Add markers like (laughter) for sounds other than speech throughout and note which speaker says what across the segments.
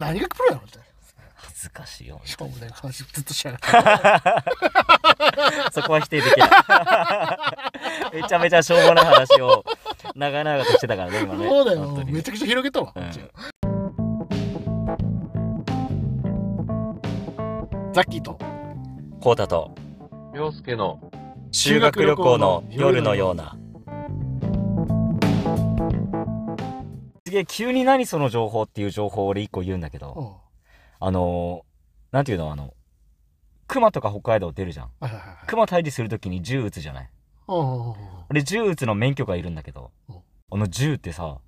Speaker 1: 何がプロやろって
Speaker 2: 恥ずかしいよ
Speaker 1: しょうもない話ずっとしやがって
Speaker 2: そこは否定できないめちゃめちゃしょうもない (laughs) 話を長々としてたからね今ね
Speaker 1: そうだよ
Speaker 2: 本当に
Speaker 1: めちゃくちゃ広げたわ、
Speaker 2: うん
Speaker 1: こっちザッキーと
Speaker 2: コータと
Speaker 3: 洋介の
Speaker 2: 修学旅行の夜のようなすげえ急に何その情報っていう情報を俺一個言うんだけ
Speaker 1: うん
Speaker 2: ど
Speaker 1: は
Speaker 2: あのー、なんていうのあの熊とか北海道出るじゃ
Speaker 1: い
Speaker 2: ん
Speaker 1: はいはい
Speaker 2: 熊退治するときに銃撃つじゃない
Speaker 1: うんうんうん
Speaker 2: 俺銃撃つの免許がいるんだけど
Speaker 1: うん
Speaker 2: あの銃ってさ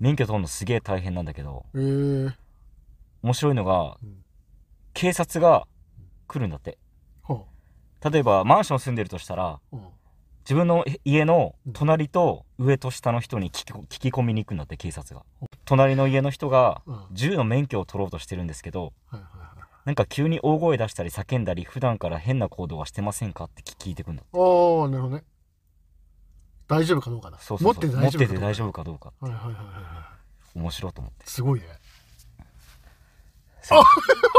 Speaker 2: 免許取るのすげえ大変なんだけど
Speaker 1: うんへえ
Speaker 2: 面白いのが
Speaker 1: うん
Speaker 2: 警察が来るんだって
Speaker 1: ほ
Speaker 2: 例えばマンション住んでるとしたら
Speaker 1: ううん
Speaker 2: 自分の家の隣と上と下の人に聞き聞き込みに行くんだって警察が隣の家の人が
Speaker 1: うんはい
Speaker 2: 銃の免許を取ろうとしてるんですけど
Speaker 1: はいはい
Speaker 2: なんか急に大声出したり叫んだり普段から変な行動はしてませんかって聞いてくんだ
Speaker 1: おおなるほどね大丈夫かどうかな
Speaker 2: そうそうそう
Speaker 1: 持って大丈夫
Speaker 2: 持ってて大丈夫かどうか
Speaker 1: 夫はいはいはいはいは
Speaker 2: 面白いと思って
Speaker 1: いすごいね
Speaker 2: そう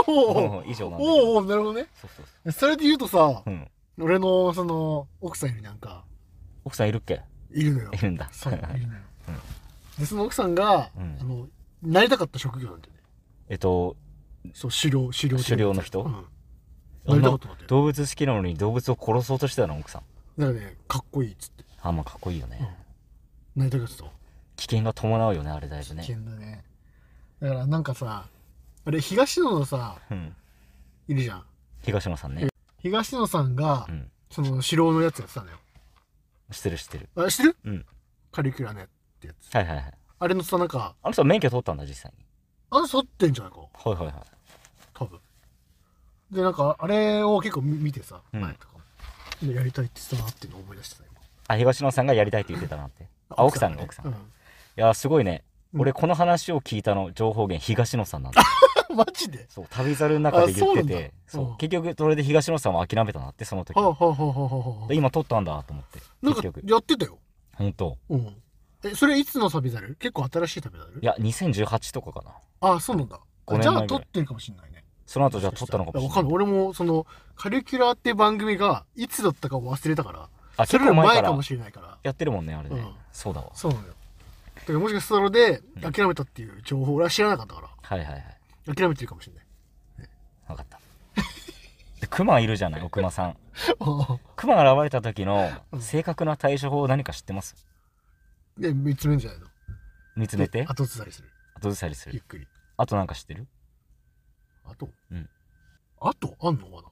Speaker 1: おおお
Speaker 2: うん以上なんだけど
Speaker 1: おおなるほどね
Speaker 2: そうそうそ
Speaker 1: それで言うとさ
Speaker 2: う、うん、
Speaker 1: 俺のその奥さんよりなんか
Speaker 2: 奥さんいるっけ
Speaker 1: いるのよ
Speaker 2: いるんだ
Speaker 1: そう、いるのよ
Speaker 2: うん
Speaker 1: でその奥さんが、
Speaker 2: うん
Speaker 1: あのなりたかった職業なんだよね
Speaker 2: (laughs) えっと
Speaker 1: そう狩猟狩猟
Speaker 2: 狩猟の人
Speaker 1: うんなりたかったんだよ
Speaker 2: 動物好きなのに動物を殺そうとしてたの奥さん
Speaker 1: だからねかっこいいっつって
Speaker 2: あまあかっこいいよね、
Speaker 1: うんなりたかったと
Speaker 2: 危険が伴うよねあれだいぶ
Speaker 1: 危
Speaker 2: ね
Speaker 1: 険だねだからなんかさあれ東野のさ
Speaker 2: うん
Speaker 1: いるじゃん
Speaker 2: 東野さんね
Speaker 1: 東野さんが、
Speaker 2: うん
Speaker 1: その狩猟のやつやってたのよ
Speaker 2: 知ってる知ってる
Speaker 1: あ知ってる、
Speaker 2: うん
Speaker 1: カリキュラねってやつ
Speaker 2: はいはいはい
Speaker 1: あれのさなんか
Speaker 2: あの人は免許取ったんだ実際に
Speaker 1: あの剃ってんじゃないか
Speaker 2: はいはいはい
Speaker 1: 多分でなんかあれを結構見見てさ
Speaker 2: うん
Speaker 1: 前とかも、でやりたいって言ってたなっていうのを思い出してた今
Speaker 2: あ東野さんがやりたいって言ってたなっていあ奥さんね奥さん
Speaker 1: う
Speaker 2: やすごいね
Speaker 1: うん
Speaker 2: 俺この話を聞いたの情報源東野さんなんだ
Speaker 1: (laughs) マジで
Speaker 2: そう旅猿の中で言ってて
Speaker 1: あそう
Speaker 2: そ
Speaker 1: なんだ
Speaker 2: う
Speaker 1: うん
Speaker 2: 結局それで東野さんは諦めたなってその時
Speaker 1: はあ、はあはあはあはあ
Speaker 2: で今取ったんだと思って
Speaker 1: なん
Speaker 2: 結
Speaker 1: か
Speaker 2: 局
Speaker 1: やってたよ
Speaker 2: 本当
Speaker 1: うんえそれいつのサビザル結構新しいサビザル
Speaker 2: いや2018とかかな
Speaker 1: あそうなんだ
Speaker 2: 五年
Speaker 1: じ
Speaker 2: 前
Speaker 1: ゃ
Speaker 2: ぐら
Speaker 1: あ
Speaker 2: い
Speaker 1: 撮ってるかもしんないね
Speaker 2: その後じゃあ取ったのかもしれ
Speaker 1: わかんな
Speaker 2: な
Speaker 1: いい俺もそのカリキュラーって番組がいつだったか忘れたから
Speaker 2: あ
Speaker 1: そ
Speaker 2: 結
Speaker 1: れよ
Speaker 2: 構
Speaker 1: り
Speaker 2: 前
Speaker 1: 前
Speaker 2: か
Speaker 1: からもしれないから
Speaker 2: やってるもんねあれ
Speaker 1: う
Speaker 2: ね
Speaker 1: ん
Speaker 2: そうだわ
Speaker 1: そうなのよだからもしかしたらそれで
Speaker 2: うん
Speaker 1: 諦めたっていう情報俺は知らなかったか
Speaker 2: はいはいはい
Speaker 1: ら諦めてるかもしれ
Speaker 2: (laughs)
Speaker 1: ない
Speaker 2: 分かったでクマいるじゃないおクマさん
Speaker 1: あ
Speaker 2: クマが現れた時の
Speaker 1: うん
Speaker 2: 正確な対処法何か知ってます
Speaker 1: あで3つ目じゃないの
Speaker 2: 見つめて
Speaker 1: で後ずさりする
Speaker 2: 後ずさりす
Speaker 1: ゆ
Speaker 2: る
Speaker 1: っくり
Speaker 2: あとなんか知ってる
Speaker 1: あと
Speaker 2: うん
Speaker 1: あとあんのかな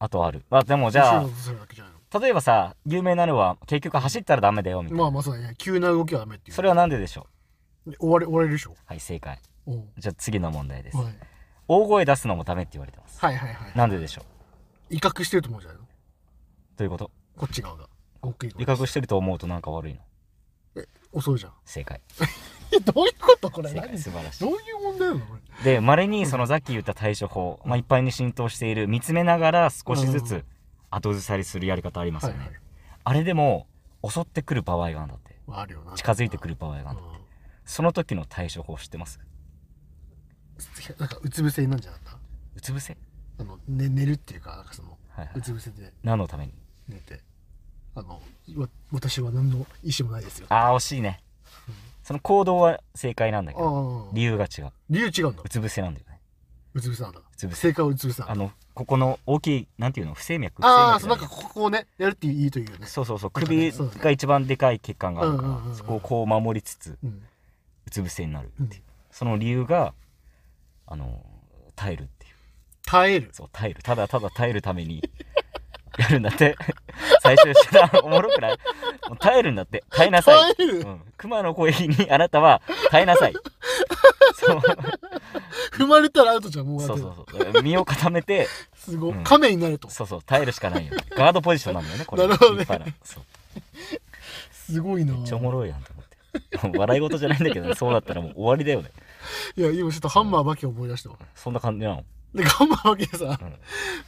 Speaker 2: あとあるまあでもじゃ
Speaker 1: 後ろの後ずさりだけじゃない
Speaker 2: あ例えばさ有名なのは結局走ったらダメだよみたい
Speaker 1: のまあ
Speaker 2: な、
Speaker 1: まあそうだね急な動きはダメっていう
Speaker 2: それはなんででしょ
Speaker 1: で終われ終われるでしょ
Speaker 2: うはい正解
Speaker 1: おう
Speaker 2: じゃあ次の問題です、
Speaker 1: はい
Speaker 2: 大声出すのもダメって言われてます
Speaker 1: はいはいはい
Speaker 2: なんででしょう
Speaker 1: 威嚇してると思うじゃないの
Speaker 2: ということ
Speaker 1: こっち側がごっくり
Speaker 2: 威嚇してると思うとなんか悪いの
Speaker 1: 遅
Speaker 2: (laughs)
Speaker 1: いじゃん
Speaker 2: 正解
Speaker 1: どういうことこれ
Speaker 2: 正
Speaker 1: 何
Speaker 2: 解素晴らし
Speaker 1: どういう問題なのこれ
Speaker 2: いでまれにそのさっき言った対処法、まあ、一般に浸透している見つめながら少しず
Speaker 1: う
Speaker 2: つ
Speaker 1: ん
Speaker 2: 後ずさりするやり方ありますよね、
Speaker 1: はいはい
Speaker 2: あれでも襲ってくる場合があるんだって
Speaker 1: まああるよな
Speaker 2: 近づいてくる場合があ
Speaker 1: う
Speaker 2: る
Speaker 1: ん
Speaker 2: んだその時の対処法知ってます
Speaker 1: なんかうつ伏せになんじゃなかっ
Speaker 2: うつ伏せ
Speaker 1: たあの、ね、寝るっていうかなんかその
Speaker 2: はいは
Speaker 1: う
Speaker 2: い
Speaker 1: つ伏せで
Speaker 2: 何のために
Speaker 1: 寝てあのわ私は何の意思もないですよあ
Speaker 2: ああ惜しいねその行動は正解なんだけど
Speaker 1: あ
Speaker 2: 理由が違う
Speaker 1: 理由違うんだ
Speaker 2: うつ伏せなんだよね
Speaker 1: うつ伏せなんだ
Speaker 2: うつ伏せ
Speaker 1: 正解はうつ伏せなんだ
Speaker 2: あのここの大きいなんていうの不整脈
Speaker 1: ああ
Speaker 2: 不
Speaker 1: そう
Speaker 2: 整脈じ
Speaker 1: な
Speaker 2: ゃ
Speaker 1: ん
Speaker 2: ない
Speaker 1: かここをねやるっていいというよね
Speaker 2: そうそうそう
Speaker 1: なんかね
Speaker 2: 首
Speaker 1: そうだね
Speaker 2: が一番でかい血管があ
Speaker 1: う
Speaker 2: るか
Speaker 1: んうんうんう
Speaker 2: ら
Speaker 1: ん
Speaker 2: そこをこう守りつつ
Speaker 1: うん
Speaker 2: うつ伏せになるって
Speaker 1: う
Speaker 2: いうんその理由があの耐えるっていう
Speaker 1: 耐える
Speaker 2: そう耐えるただただ耐えるため
Speaker 1: (laughs)
Speaker 2: にやるんだって最初したらおもろくないもう耐えるんだって耐えなさい
Speaker 1: 耐える
Speaker 2: うん、熊の声にあなたは耐えなさいそう
Speaker 1: 踏まれたらアウトじゃんもう
Speaker 2: そうそう
Speaker 1: う
Speaker 2: そうだから身を固めて
Speaker 1: すごい
Speaker 2: うん
Speaker 1: 亀になると
Speaker 2: そうそう耐えるしかないよガードポジションなんだよねこれ
Speaker 1: なるほどね
Speaker 2: 立派なそう
Speaker 1: すごいな
Speaker 2: めっちゃおもろいやんと思って笑い事じゃないんだけどねそうだったらもう終わりだよね
Speaker 1: いや今ちょっとハンマーバキを思い出したわ
Speaker 2: そんな感じなの
Speaker 1: でハンマーバキでさ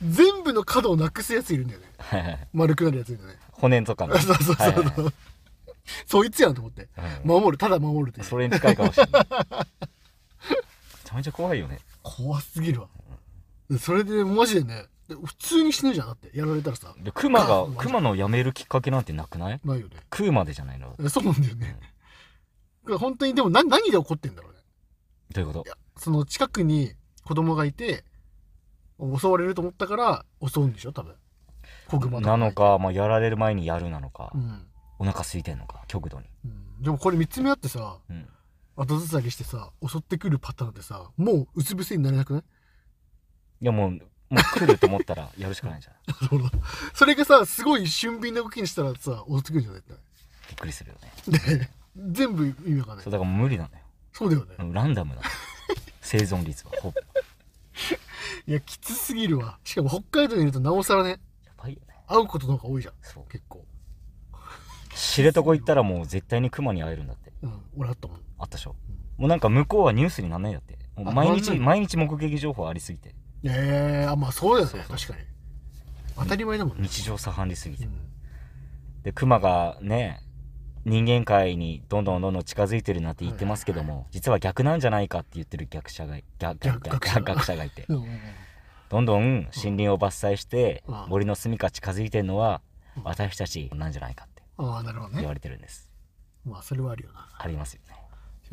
Speaker 1: 全部の角をなくすやついるんだよね
Speaker 2: はいはい
Speaker 1: 丸くなるやついるんだよね
Speaker 2: 骨とかの
Speaker 1: そうそうそう
Speaker 2: はいはいは
Speaker 1: そうそいつやんと思って
Speaker 2: いうん
Speaker 1: 守るただ守るっていう
Speaker 2: それに近いかもしれないちゃめちゃ怖いよね
Speaker 1: 怖すぎるわ。それで、マジでね、で普通に死ぬじゃん、だって。やられたらさ、
Speaker 2: でクマ
Speaker 1: か
Speaker 2: が
Speaker 1: マジ
Speaker 2: クマの辞めるきっかけなんてなくない
Speaker 1: ないよね。
Speaker 2: 食うまでじゃないのど
Speaker 1: えそうなんだよね。だから本当に、でも何、何で怒ってんだろうね。
Speaker 2: ういうこと
Speaker 1: その近くに子供がいて、襲われると思ったから、襲うんでしょ、多分。子熊と
Speaker 2: なの。か、まあ、やられる前にやるなのか、
Speaker 1: うん。
Speaker 2: お腹空いてんのか極度に、
Speaker 1: うんでもこれ見つめ合ってさ、
Speaker 2: うん、
Speaker 1: 後ずさりしてさ、襲ってくるパターンでさ、もううつ伏せになれなくない
Speaker 2: いやもうもう来ると思ったらや (laughs) るしかないんじゃない
Speaker 1: なるほどそれがさ、すごい俊敏な動きにしたらさ、襲ってくるんじゃない絶
Speaker 2: びっくりするよね
Speaker 1: 対で、全部意味わかんない
Speaker 2: そう。だからもう無理なんだよ
Speaker 1: そうだよね。
Speaker 2: うんランダムなの生存率はほぼ
Speaker 1: いや、きつすぎるわ。しかも北海道にいるとなおさらね、
Speaker 2: やばいよね
Speaker 1: 会うことの方が多いじゃん、
Speaker 2: そう
Speaker 1: 結構。
Speaker 2: 知床行ったらもう絶対にクマに会えるんだって
Speaker 1: うん、俺あったもん。
Speaker 2: あったでしょもうなんか向こうはニュースになんないんだってもう
Speaker 1: あ
Speaker 2: 毎
Speaker 1: なん
Speaker 2: 日
Speaker 1: ない
Speaker 2: 毎日目撃情報ありすぎて
Speaker 1: ええー、あ、まあそうだよね
Speaker 2: そうそう
Speaker 1: 確かに。当たり前だもんね。
Speaker 2: 日常茶飯事すぎ
Speaker 1: う
Speaker 2: て
Speaker 1: ん
Speaker 2: でクマがね人間界にどんどんどんどん近づいてるなんて言ってますけども、実は逆なんじゃないかって言ってる逆者がい逆逆
Speaker 1: 逆
Speaker 2: 逆
Speaker 1: 者
Speaker 2: 者逆者がいて
Speaker 1: うんうんうん
Speaker 2: どんどん森林を伐採して
Speaker 1: うん
Speaker 2: 森の住みか近づいてるのは
Speaker 1: うん
Speaker 2: 私たちなんじゃないかって
Speaker 1: ああ、なるほど
Speaker 2: 言
Speaker 1: ね。
Speaker 2: われてるんです
Speaker 1: まあそれはあるよな。
Speaker 2: ありますよね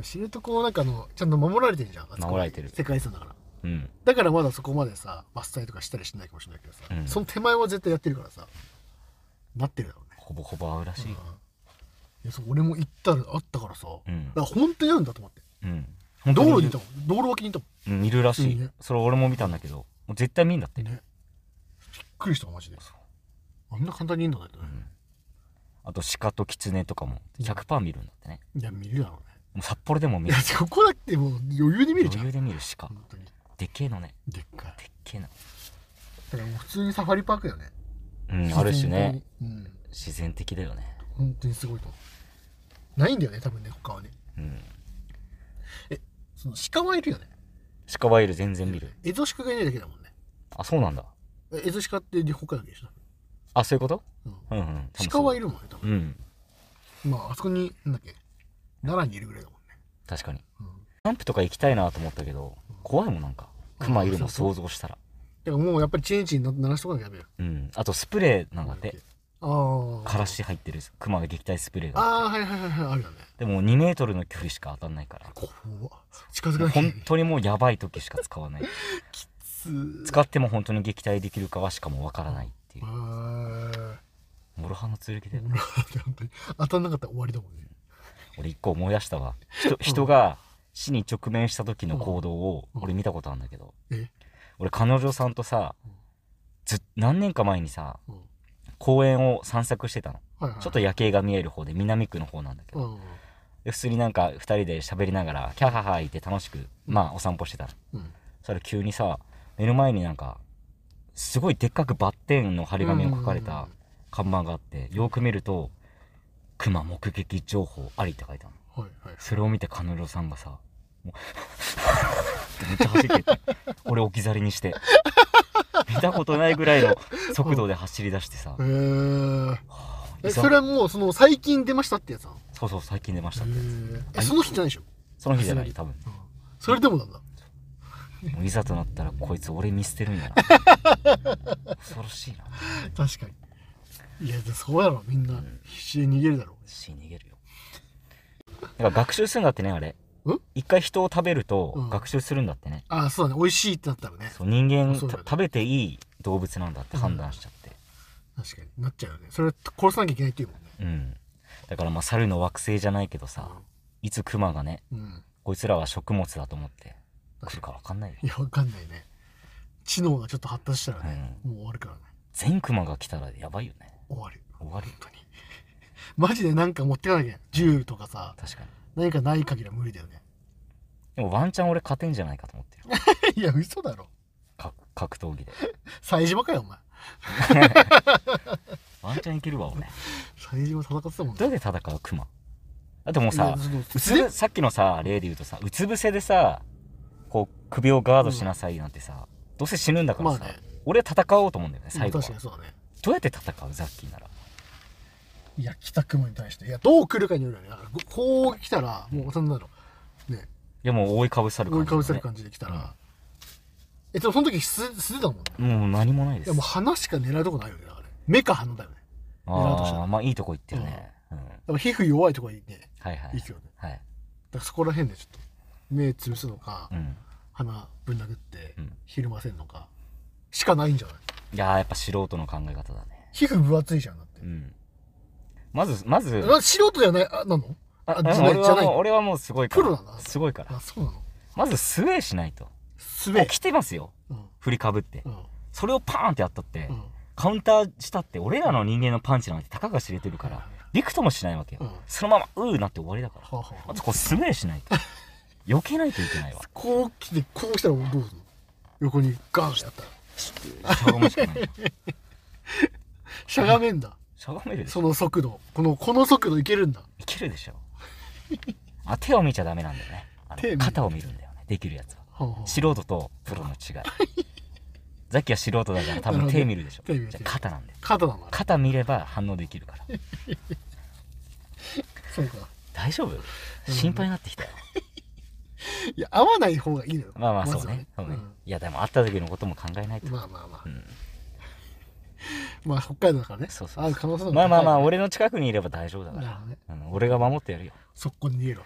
Speaker 1: 知床なんかの、ちゃんと守られてるじゃん。あそこ
Speaker 2: 守られてる
Speaker 1: 世界遺産だから。
Speaker 2: うん
Speaker 1: だからまだそこまでさ、伐採とかしたりしないかもしれないけどさ、
Speaker 2: うん
Speaker 1: その手前は絶対やってるからさ、なってるだろうね。
Speaker 2: ほぼほぼ合うらしい
Speaker 1: うんいやそう俺も行ったらあったからさ、
Speaker 2: う
Speaker 1: だ
Speaker 2: ん
Speaker 1: から本当にあるんだと思って。
Speaker 2: うん
Speaker 1: 道路にい
Speaker 2: い
Speaker 1: たもん。道路脇にいたも
Speaker 2: うんいるらし
Speaker 1: いいね
Speaker 2: いそれ俺も見たんだけどもう絶対見んだって
Speaker 1: ん。ね。びっくりした、マジで。あんな簡単にいいんだね。
Speaker 2: あと鹿とキツネとかも100%見るんだってね
Speaker 1: いや、見るだろうね。
Speaker 2: もう札幌でも見
Speaker 1: い
Speaker 2: る
Speaker 1: や、そこだってもう余裕で見るじゃん。
Speaker 2: 余裕で見る鹿
Speaker 1: 本当に。
Speaker 2: でっけえのね
Speaker 1: でっかい。
Speaker 2: でっけえな
Speaker 1: だからもう普通にサファリパークだよね。
Speaker 2: うんある種
Speaker 1: 自
Speaker 2: ね
Speaker 1: 然に。うん。
Speaker 2: 自然的だよね
Speaker 1: 本当にすごいと思う。ないんだよね、多分ね、他はね。
Speaker 2: うん
Speaker 1: その鹿はいるよね。
Speaker 2: 鹿はいる全然見る
Speaker 1: エゾシカがいないだけだもんね。
Speaker 2: あそうなんだ
Speaker 1: えエゾシカって北海道でしょ。
Speaker 2: あそういうこと
Speaker 1: うん
Speaker 2: うんうん
Speaker 1: 鹿はいる
Speaker 2: る
Speaker 1: もんね、多分。
Speaker 2: うん
Speaker 1: まあ、あそこに、なんだっけ、奈良にいるぐらいだもんね。
Speaker 2: 確かに
Speaker 1: うん。
Speaker 2: キャンプとか行きたいなと思ったけど怖いもんなんかクマいるもん
Speaker 1: あそう
Speaker 2: 想像したら
Speaker 1: だからもうやっぱりチェーンチに鳴らしとかなきゃやべえよ。
Speaker 2: うんあとスプレーなんかで
Speaker 1: ああ。
Speaker 2: からし入ってるクマが撃退スプレーが
Speaker 1: ああ、はいはいはいはい、あるよね。
Speaker 2: でも2メートルの距離しか当たんないから
Speaker 1: 怖っ近づか
Speaker 2: もう
Speaker 1: なきゃい
Speaker 2: 本
Speaker 1: けない。
Speaker 2: 当にもうやばい時しか使わない使っても本当に撃退できるかはしかもわからないっていう
Speaker 1: へ
Speaker 2: (laughs)
Speaker 1: ー
Speaker 2: モロハの剣だよ
Speaker 1: 俺は本当に当たんなかったら終わりだもんね。
Speaker 2: 俺一個思い出したわ人人が死に直面した時の行動を
Speaker 1: うん
Speaker 2: 俺見たことあるんだけど
Speaker 1: え
Speaker 2: 俺彼女さんとさず何年か前にさ
Speaker 1: うん
Speaker 2: 公園を散策してたの
Speaker 1: はいはい。
Speaker 2: ちょっと夜景が見える方で南区の方なんだけ
Speaker 1: う
Speaker 2: ど
Speaker 1: ん。
Speaker 2: で普通になんか2人で喋りながらキャハハ言って楽しくまあお散歩してたの
Speaker 1: うん。
Speaker 2: それ急にさ目の前になんかすごいでっかくバッテンの張り紙が書かれた看板があってよく見ると「熊目撃情報あり」って書いてあるの
Speaker 1: はいはい。
Speaker 2: それを見て彼女さんがさもう (laughs) めっちゃ走ってって俺置き去りにして見たことないぐらいの速度で走り出してさ
Speaker 1: えー、え
Speaker 2: いざ
Speaker 1: それはもうその最近出ましたってやつなの
Speaker 2: そうそう最近出ましたってやつ
Speaker 1: ええその日じゃないでしょ、
Speaker 2: その日じゃない多分
Speaker 1: それでもなんだ
Speaker 2: もういざとなったらこいつ俺見捨てるんやな恐ろしいな
Speaker 1: 確かにいやそうやろみんな必死で逃げるだろ
Speaker 2: し逃げるよだから学習するんだってねあれ
Speaker 1: ん
Speaker 2: 一回人を食べると
Speaker 1: うん
Speaker 2: 学習するんだってね、
Speaker 1: ああそうだね美味しいってなったらね
Speaker 2: そう人間
Speaker 1: そう
Speaker 2: た
Speaker 1: だね
Speaker 2: 食べていい動物なんだって判断しちゃって
Speaker 1: 確かになっちゃうよねそれ殺さなきゃいけないっていうもんね
Speaker 2: うん、だからまあ猿の惑星じゃないけどさ、いつクマがね
Speaker 1: うん
Speaker 2: こいつらは食物だと思って来るか分かんないよ
Speaker 1: いやわかんないね知能がちょっと発達したらね、もう終わるからね
Speaker 2: 全クマが来たらやばいよね
Speaker 1: 終わる
Speaker 2: 終わり
Speaker 1: 本当にマジでなんか持ってかなきゃ銃とかさ
Speaker 2: 確かに
Speaker 1: 何かない限りは無理だよね
Speaker 2: でもワンチャン俺勝てんじゃないかと思ってる
Speaker 1: (laughs) いや嘘だろ
Speaker 2: か格闘技で
Speaker 1: 冴島かよお前
Speaker 2: ワンチャンいけるわ俺
Speaker 1: 冴島戦ってたもんね
Speaker 2: どうやって戦うクマだってもう
Speaker 1: い
Speaker 2: さ
Speaker 1: やその
Speaker 2: うつぶさっきのさ例で言うとさうつ伏せでさこう首をガードしなさいなんてさ、どうせ死ぬんだからさ、
Speaker 1: まあね
Speaker 2: 俺は戦おうと思うんだよね最後は
Speaker 1: 確かにそうだね
Speaker 2: どうやって戦うザッキーなら
Speaker 1: いや来た雲に対していやどう来るかによるよねだからここう来たらもうそんなのね
Speaker 2: やもう覆いかぶさる
Speaker 1: 覆
Speaker 2: 感
Speaker 1: い
Speaker 2: じ、
Speaker 1: かぶせる感じで来たら、え、でもその時素手素手だもんね。
Speaker 2: うんもう何もないで
Speaker 1: い
Speaker 2: す
Speaker 1: や、もう鼻しか狙うとこないよね、だから。目か鼻だよね。狙うとした
Speaker 2: あ
Speaker 1: ら
Speaker 2: あまあいいとこ行ってるね、うん
Speaker 1: だから皮膚弱いとこがいいね。
Speaker 2: はいはい
Speaker 1: いいけどね。
Speaker 2: はい
Speaker 1: だからそこら辺でちょっと、目潰すのか
Speaker 2: う、ん
Speaker 1: 鼻ぶん殴って
Speaker 2: うん、
Speaker 1: ひるませんのか、しかないんじゃない
Speaker 2: いやーやっぱ素人の考え方だね
Speaker 1: 皮膚分厚いじゃん、だって
Speaker 2: う。んまずまず
Speaker 1: まあ素人じゃない、あ、なのあ
Speaker 2: あうん
Speaker 1: じゃない
Speaker 2: 俺
Speaker 1: じゃ
Speaker 2: は
Speaker 1: ない
Speaker 2: もう俺はもうすごいから
Speaker 1: プロだな
Speaker 2: すごいから
Speaker 1: あ、そうなの
Speaker 2: まずスウェーしないと
Speaker 1: すべ
Speaker 2: 起きてますよ
Speaker 1: うん。
Speaker 2: 振りかぶって
Speaker 1: うん。
Speaker 2: それをパーンってやったって、
Speaker 1: うん。
Speaker 2: カウンターしたって俺らの人間のパンチなんてたかが知れてるから、
Speaker 1: はいはい
Speaker 2: びくともしないわけよ、
Speaker 1: うん
Speaker 2: そのままうーなって終わりだか
Speaker 1: はあ、
Speaker 2: ら
Speaker 1: はあ
Speaker 2: まずこうスウェーしない
Speaker 1: (laughs)
Speaker 2: と避けないといけないわ
Speaker 1: こう来て、こう来たらどうするの横にガーンってやったら。
Speaker 2: しゃがむしかない
Speaker 1: しゃがめんだ。
Speaker 2: しゃがめるでし
Speaker 1: そ
Speaker 2: ょ
Speaker 1: の速度。この、この速度いけるんだ。
Speaker 2: いけるでしょあ手を見ちゃダメなんだよねあの
Speaker 1: 手見る
Speaker 2: 肩を見るんだよねできるやつ
Speaker 1: はあ
Speaker 2: は
Speaker 1: はあ
Speaker 2: 素人とプロの違いザキは素人だから多分手見るでしょ
Speaker 1: なるほど
Speaker 2: じゃあ肩なんだよ
Speaker 1: 肩なの
Speaker 2: 肩見れば反応できるから
Speaker 1: そうか。
Speaker 2: 大丈夫心配になってきたよ
Speaker 1: いや、合わない方がいいのよ。
Speaker 2: まあまあ
Speaker 1: ず
Speaker 2: そ
Speaker 1: は
Speaker 2: うね,、そうね
Speaker 1: うん
Speaker 2: いやでも会った時のことも考えないと、
Speaker 1: まあまあまあ
Speaker 2: う。ん
Speaker 1: まあ、北海道だからね。
Speaker 2: そうそう
Speaker 1: ある可能性
Speaker 2: まあまあまあ
Speaker 1: あ。
Speaker 2: 俺の近くにいれば大丈夫だか
Speaker 1: なる
Speaker 2: ら
Speaker 1: ほどね。
Speaker 2: うん俺が守ってやるよ
Speaker 1: 速攻に逃げろ。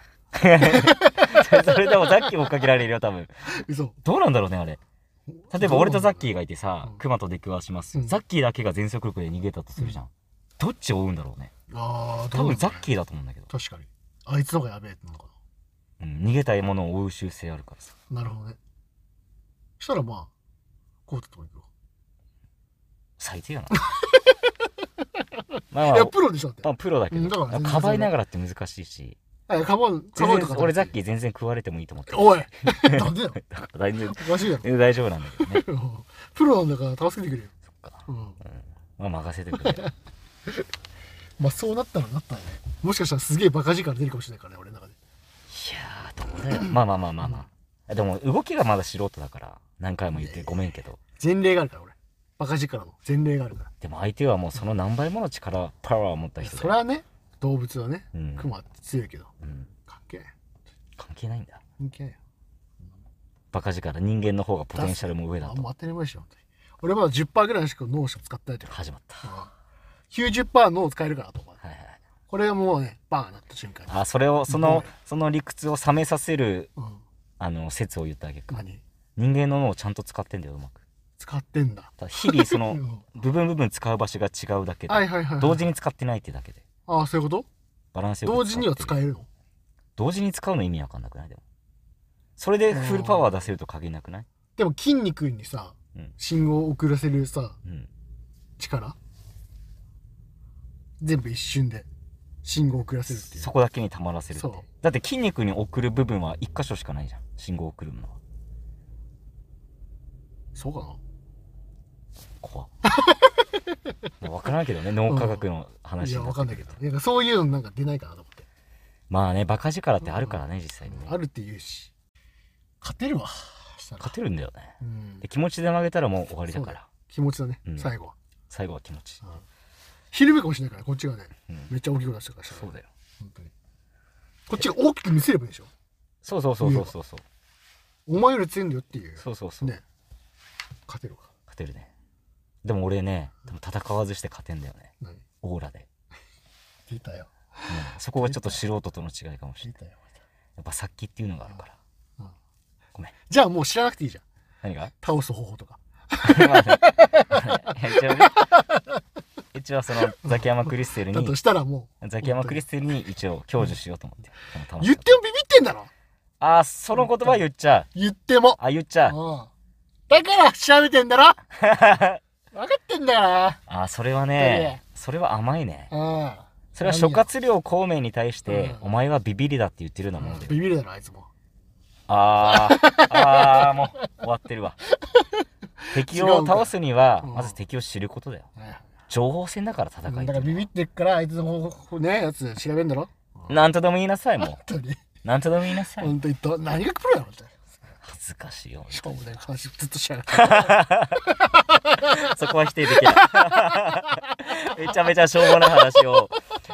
Speaker 2: それでもザッキー追っかけられるよ多分
Speaker 1: 嘘。
Speaker 2: どうなんだろうねあれ例えば俺とザッキーがいてさ
Speaker 1: うん
Speaker 2: クマと出くわしますよ、
Speaker 1: うん
Speaker 2: ザッキーだけが全速力で逃げたとするじゃん、どっちを追うんだろうね
Speaker 1: ああ、
Speaker 2: 多分ザッ
Speaker 1: ー。
Speaker 2: キーだと思うんだけど、
Speaker 1: 確かに。あいつの方がやべえってなのか
Speaker 2: うん、逃げたいものを追う習性あるからさ
Speaker 1: な。なるほどね。そしたらまあ、こうってとこ行くわ
Speaker 2: 最
Speaker 1: (laughs)
Speaker 2: 低やなまあま
Speaker 1: い
Speaker 2: あ
Speaker 1: や、プロでしょだって
Speaker 2: まあプロだけ
Speaker 1: う
Speaker 2: ど
Speaker 1: んだから全然
Speaker 2: かばいながらって難しいし。
Speaker 1: あかばん、か
Speaker 2: 全
Speaker 1: ばん
Speaker 2: 然
Speaker 1: とか。
Speaker 2: 俺ザッキー全然食われてもいいと思ってる (laughs)
Speaker 1: おいなんでだよ。
Speaker 2: 大丈夫
Speaker 1: おかしいだろ。
Speaker 2: え大丈夫なんだけどね
Speaker 1: プロなんだから助けてくれよ。
Speaker 2: そっか、
Speaker 1: うん。
Speaker 2: まあ、任せてくれ
Speaker 1: (laughs)
Speaker 2: よ
Speaker 1: まあそうなったらなったらね。もしかしたらすげえバカ力出るかもしれないからね、俺の中で。
Speaker 2: いやーどうだよまあまあまあまあまあでも動きがまだ素人だから何回も言ってごめんけど
Speaker 1: 前例があるから、俺。バカ力の前例があるから。
Speaker 2: でも相手はもうその何倍もの力パワーを持った人
Speaker 1: それ
Speaker 2: だよ
Speaker 1: はね、動物はね、
Speaker 2: うん
Speaker 1: クマって強いけど、
Speaker 2: うん、
Speaker 1: 関係ない。
Speaker 2: 関係ないんだ
Speaker 1: 関係ないよ。
Speaker 2: バカ力人間の方がポテンシャルも上だ
Speaker 1: あも
Speaker 2: と
Speaker 1: う当たり前でしょ、本当に俺まだ10%ぐらいしか脳しか使ってないというか、
Speaker 2: 始まったは
Speaker 1: 90%脳使えるからと思う。
Speaker 2: いはいはい
Speaker 1: これがもうね、バーンなった瞬間に。
Speaker 2: あそれをそ
Speaker 1: どう
Speaker 2: の
Speaker 1: だよ
Speaker 2: その理屈を冷めさせる
Speaker 1: うん。
Speaker 2: あの説を言ったわけか
Speaker 1: 何
Speaker 2: 人間の脳をちゃんと使ってんだようまく
Speaker 1: 使ってんだ。
Speaker 2: ただ日々そ
Speaker 1: (laughs)
Speaker 2: うの
Speaker 1: ん
Speaker 2: 部分部分使う場所が違うだけで
Speaker 1: はいはいはい。
Speaker 2: 同時。に使ってないってだけで
Speaker 1: ああ、そういうこと
Speaker 2: バランスよく
Speaker 1: 同時には使
Speaker 2: え
Speaker 1: えるの
Speaker 2: 同時に使うの意味わかんなくないでもそれでフルパワー出せると限りなくない
Speaker 1: でも筋肉にさ、
Speaker 2: うん
Speaker 1: 信号を送らせるさ、
Speaker 2: うん
Speaker 1: 力全部一瞬で信号を送らせるっていう。
Speaker 2: そこだけにたまらせるって
Speaker 1: そう
Speaker 2: だって筋肉に送る部分は一箇所しかないじゃん信号を送るのは
Speaker 1: そうかな (laughs)
Speaker 2: 怖っ分からんけどね脳科学の
Speaker 1: い
Speaker 2: 話
Speaker 1: や、
Speaker 2: にな
Speaker 1: わか
Speaker 2: って
Speaker 1: んないけど。なんかそういうのなんか出ないかなと思って。
Speaker 2: まあねバカ力ってあるからね実際にね
Speaker 1: あるって言うし。勝てるわ。したら
Speaker 2: 勝てるんだよね
Speaker 1: うん
Speaker 2: で気持ちで負けたらもう終わりだから
Speaker 1: 気持ちだね、
Speaker 2: うん
Speaker 1: 最後は。
Speaker 2: 最後は気持ち
Speaker 1: 昼目かもしれないから、こっちがね、
Speaker 2: うん
Speaker 1: めっちゃ大きく出したからしたら
Speaker 2: そうだよ
Speaker 1: 本当に。こっちが大きく見せればいいでしょ。
Speaker 2: そうそうそうそうそうそう
Speaker 1: お前より強いんだよっていう。
Speaker 2: そうそうそう
Speaker 1: ね。勝てるわ。
Speaker 2: 勝てるねでも俺ね多分戦わずして勝てんだよね
Speaker 1: 何
Speaker 2: オーラで、
Speaker 1: 出たよ。
Speaker 2: うんそこがちょっと素人との違いかもしれ
Speaker 1: 出
Speaker 2: ない
Speaker 1: たよ。
Speaker 2: やっぱ殺気っていうのがあるから
Speaker 1: うん
Speaker 2: ごめん
Speaker 1: じゃあもう知らなくていいじゃん。
Speaker 2: 何が
Speaker 1: 倒す方法とか。
Speaker 2: まあね一応ね一応そのザキヤマクリステル
Speaker 1: だと
Speaker 2: に
Speaker 1: したらも
Speaker 2: ザキヤマクリステルに一応享受しようと思ってその
Speaker 1: う、
Speaker 2: 楽し
Speaker 1: 言っ
Speaker 2: さ
Speaker 1: てもビビってんだろ
Speaker 2: あーその言葉言っちゃう
Speaker 1: 言っても。
Speaker 2: あ言っちゃう
Speaker 1: うんだから調べてんだ
Speaker 2: (laughs)
Speaker 1: ろ分かってんだか
Speaker 2: あーそれはねそれは甘いね
Speaker 1: らうん。
Speaker 2: それは諸葛亮孔明に対して
Speaker 1: うん
Speaker 2: お前はビビリだって言ってるようなもので
Speaker 1: ビビるだろ、あいつも。
Speaker 2: あーあーもう終わって
Speaker 1: (laughs)
Speaker 2: るわ敵を倒すには
Speaker 1: 違うか
Speaker 2: まず敵を知ることだよ
Speaker 1: うん
Speaker 2: 情報戦だから戦いって
Speaker 1: だ
Speaker 2: いう
Speaker 1: か
Speaker 2: の
Speaker 1: ら
Speaker 2: は
Speaker 1: ビビってっから、あいつの方ね、やつ調べんだろ
Speaker 2: なんとでも言いなさいも
Speaker 1: 本当に。
Speaker 2: うなんとでも言いなさい
Speaker 1: 本当にど、何がプロだろ、みたいな。
Speaker 2: 恥ずかしいよ
Speaker 1: しかもね、話ずっとしやがって。
Speaker 2: そこは否定できないめちゃめちゃしょうもない (laughs) 話を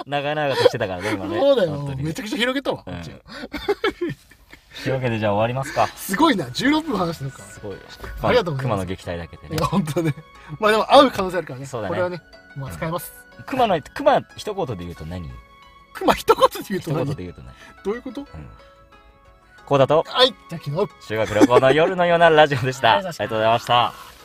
Speaker 2: 長々としてたからね今ね
Speaker 1: そうだよ
Speaker 2: 本当、に
Speaker 1: めちゃくちゃ広げたわ。
Speaker 2: うん
Speaker 1: こっち
Speaker 2: というわけでじゃあ終わりますか
Speaker 1: すごいな16分話してるから
Speaker 2: すごい
Speaker 1: ありがとうございます
Speaker 2: 熊の撃退だけで
Speaker 1: い
Speaker 2: ね
Speaker 1: や本当ねまあでも会う可能性あるからね
Speaker 2: そうだね
Speaker 1: これはねまあ使えます
Speaker 2: 熊の熊一言で言うと何
Speaker 1: 熊一言で言う
Speaker 2: 一
Speaker 1: と
Speaker 2: 言
Speaker 1: 何
Speaker 2: で言うと何
Speaker 1: どういうこと
Speaker 2: うんこうだと
Speaker 1: はいじゃあ昨日
Speaker 2: 修学旅行の夜のようなラジオでしたありがとうございました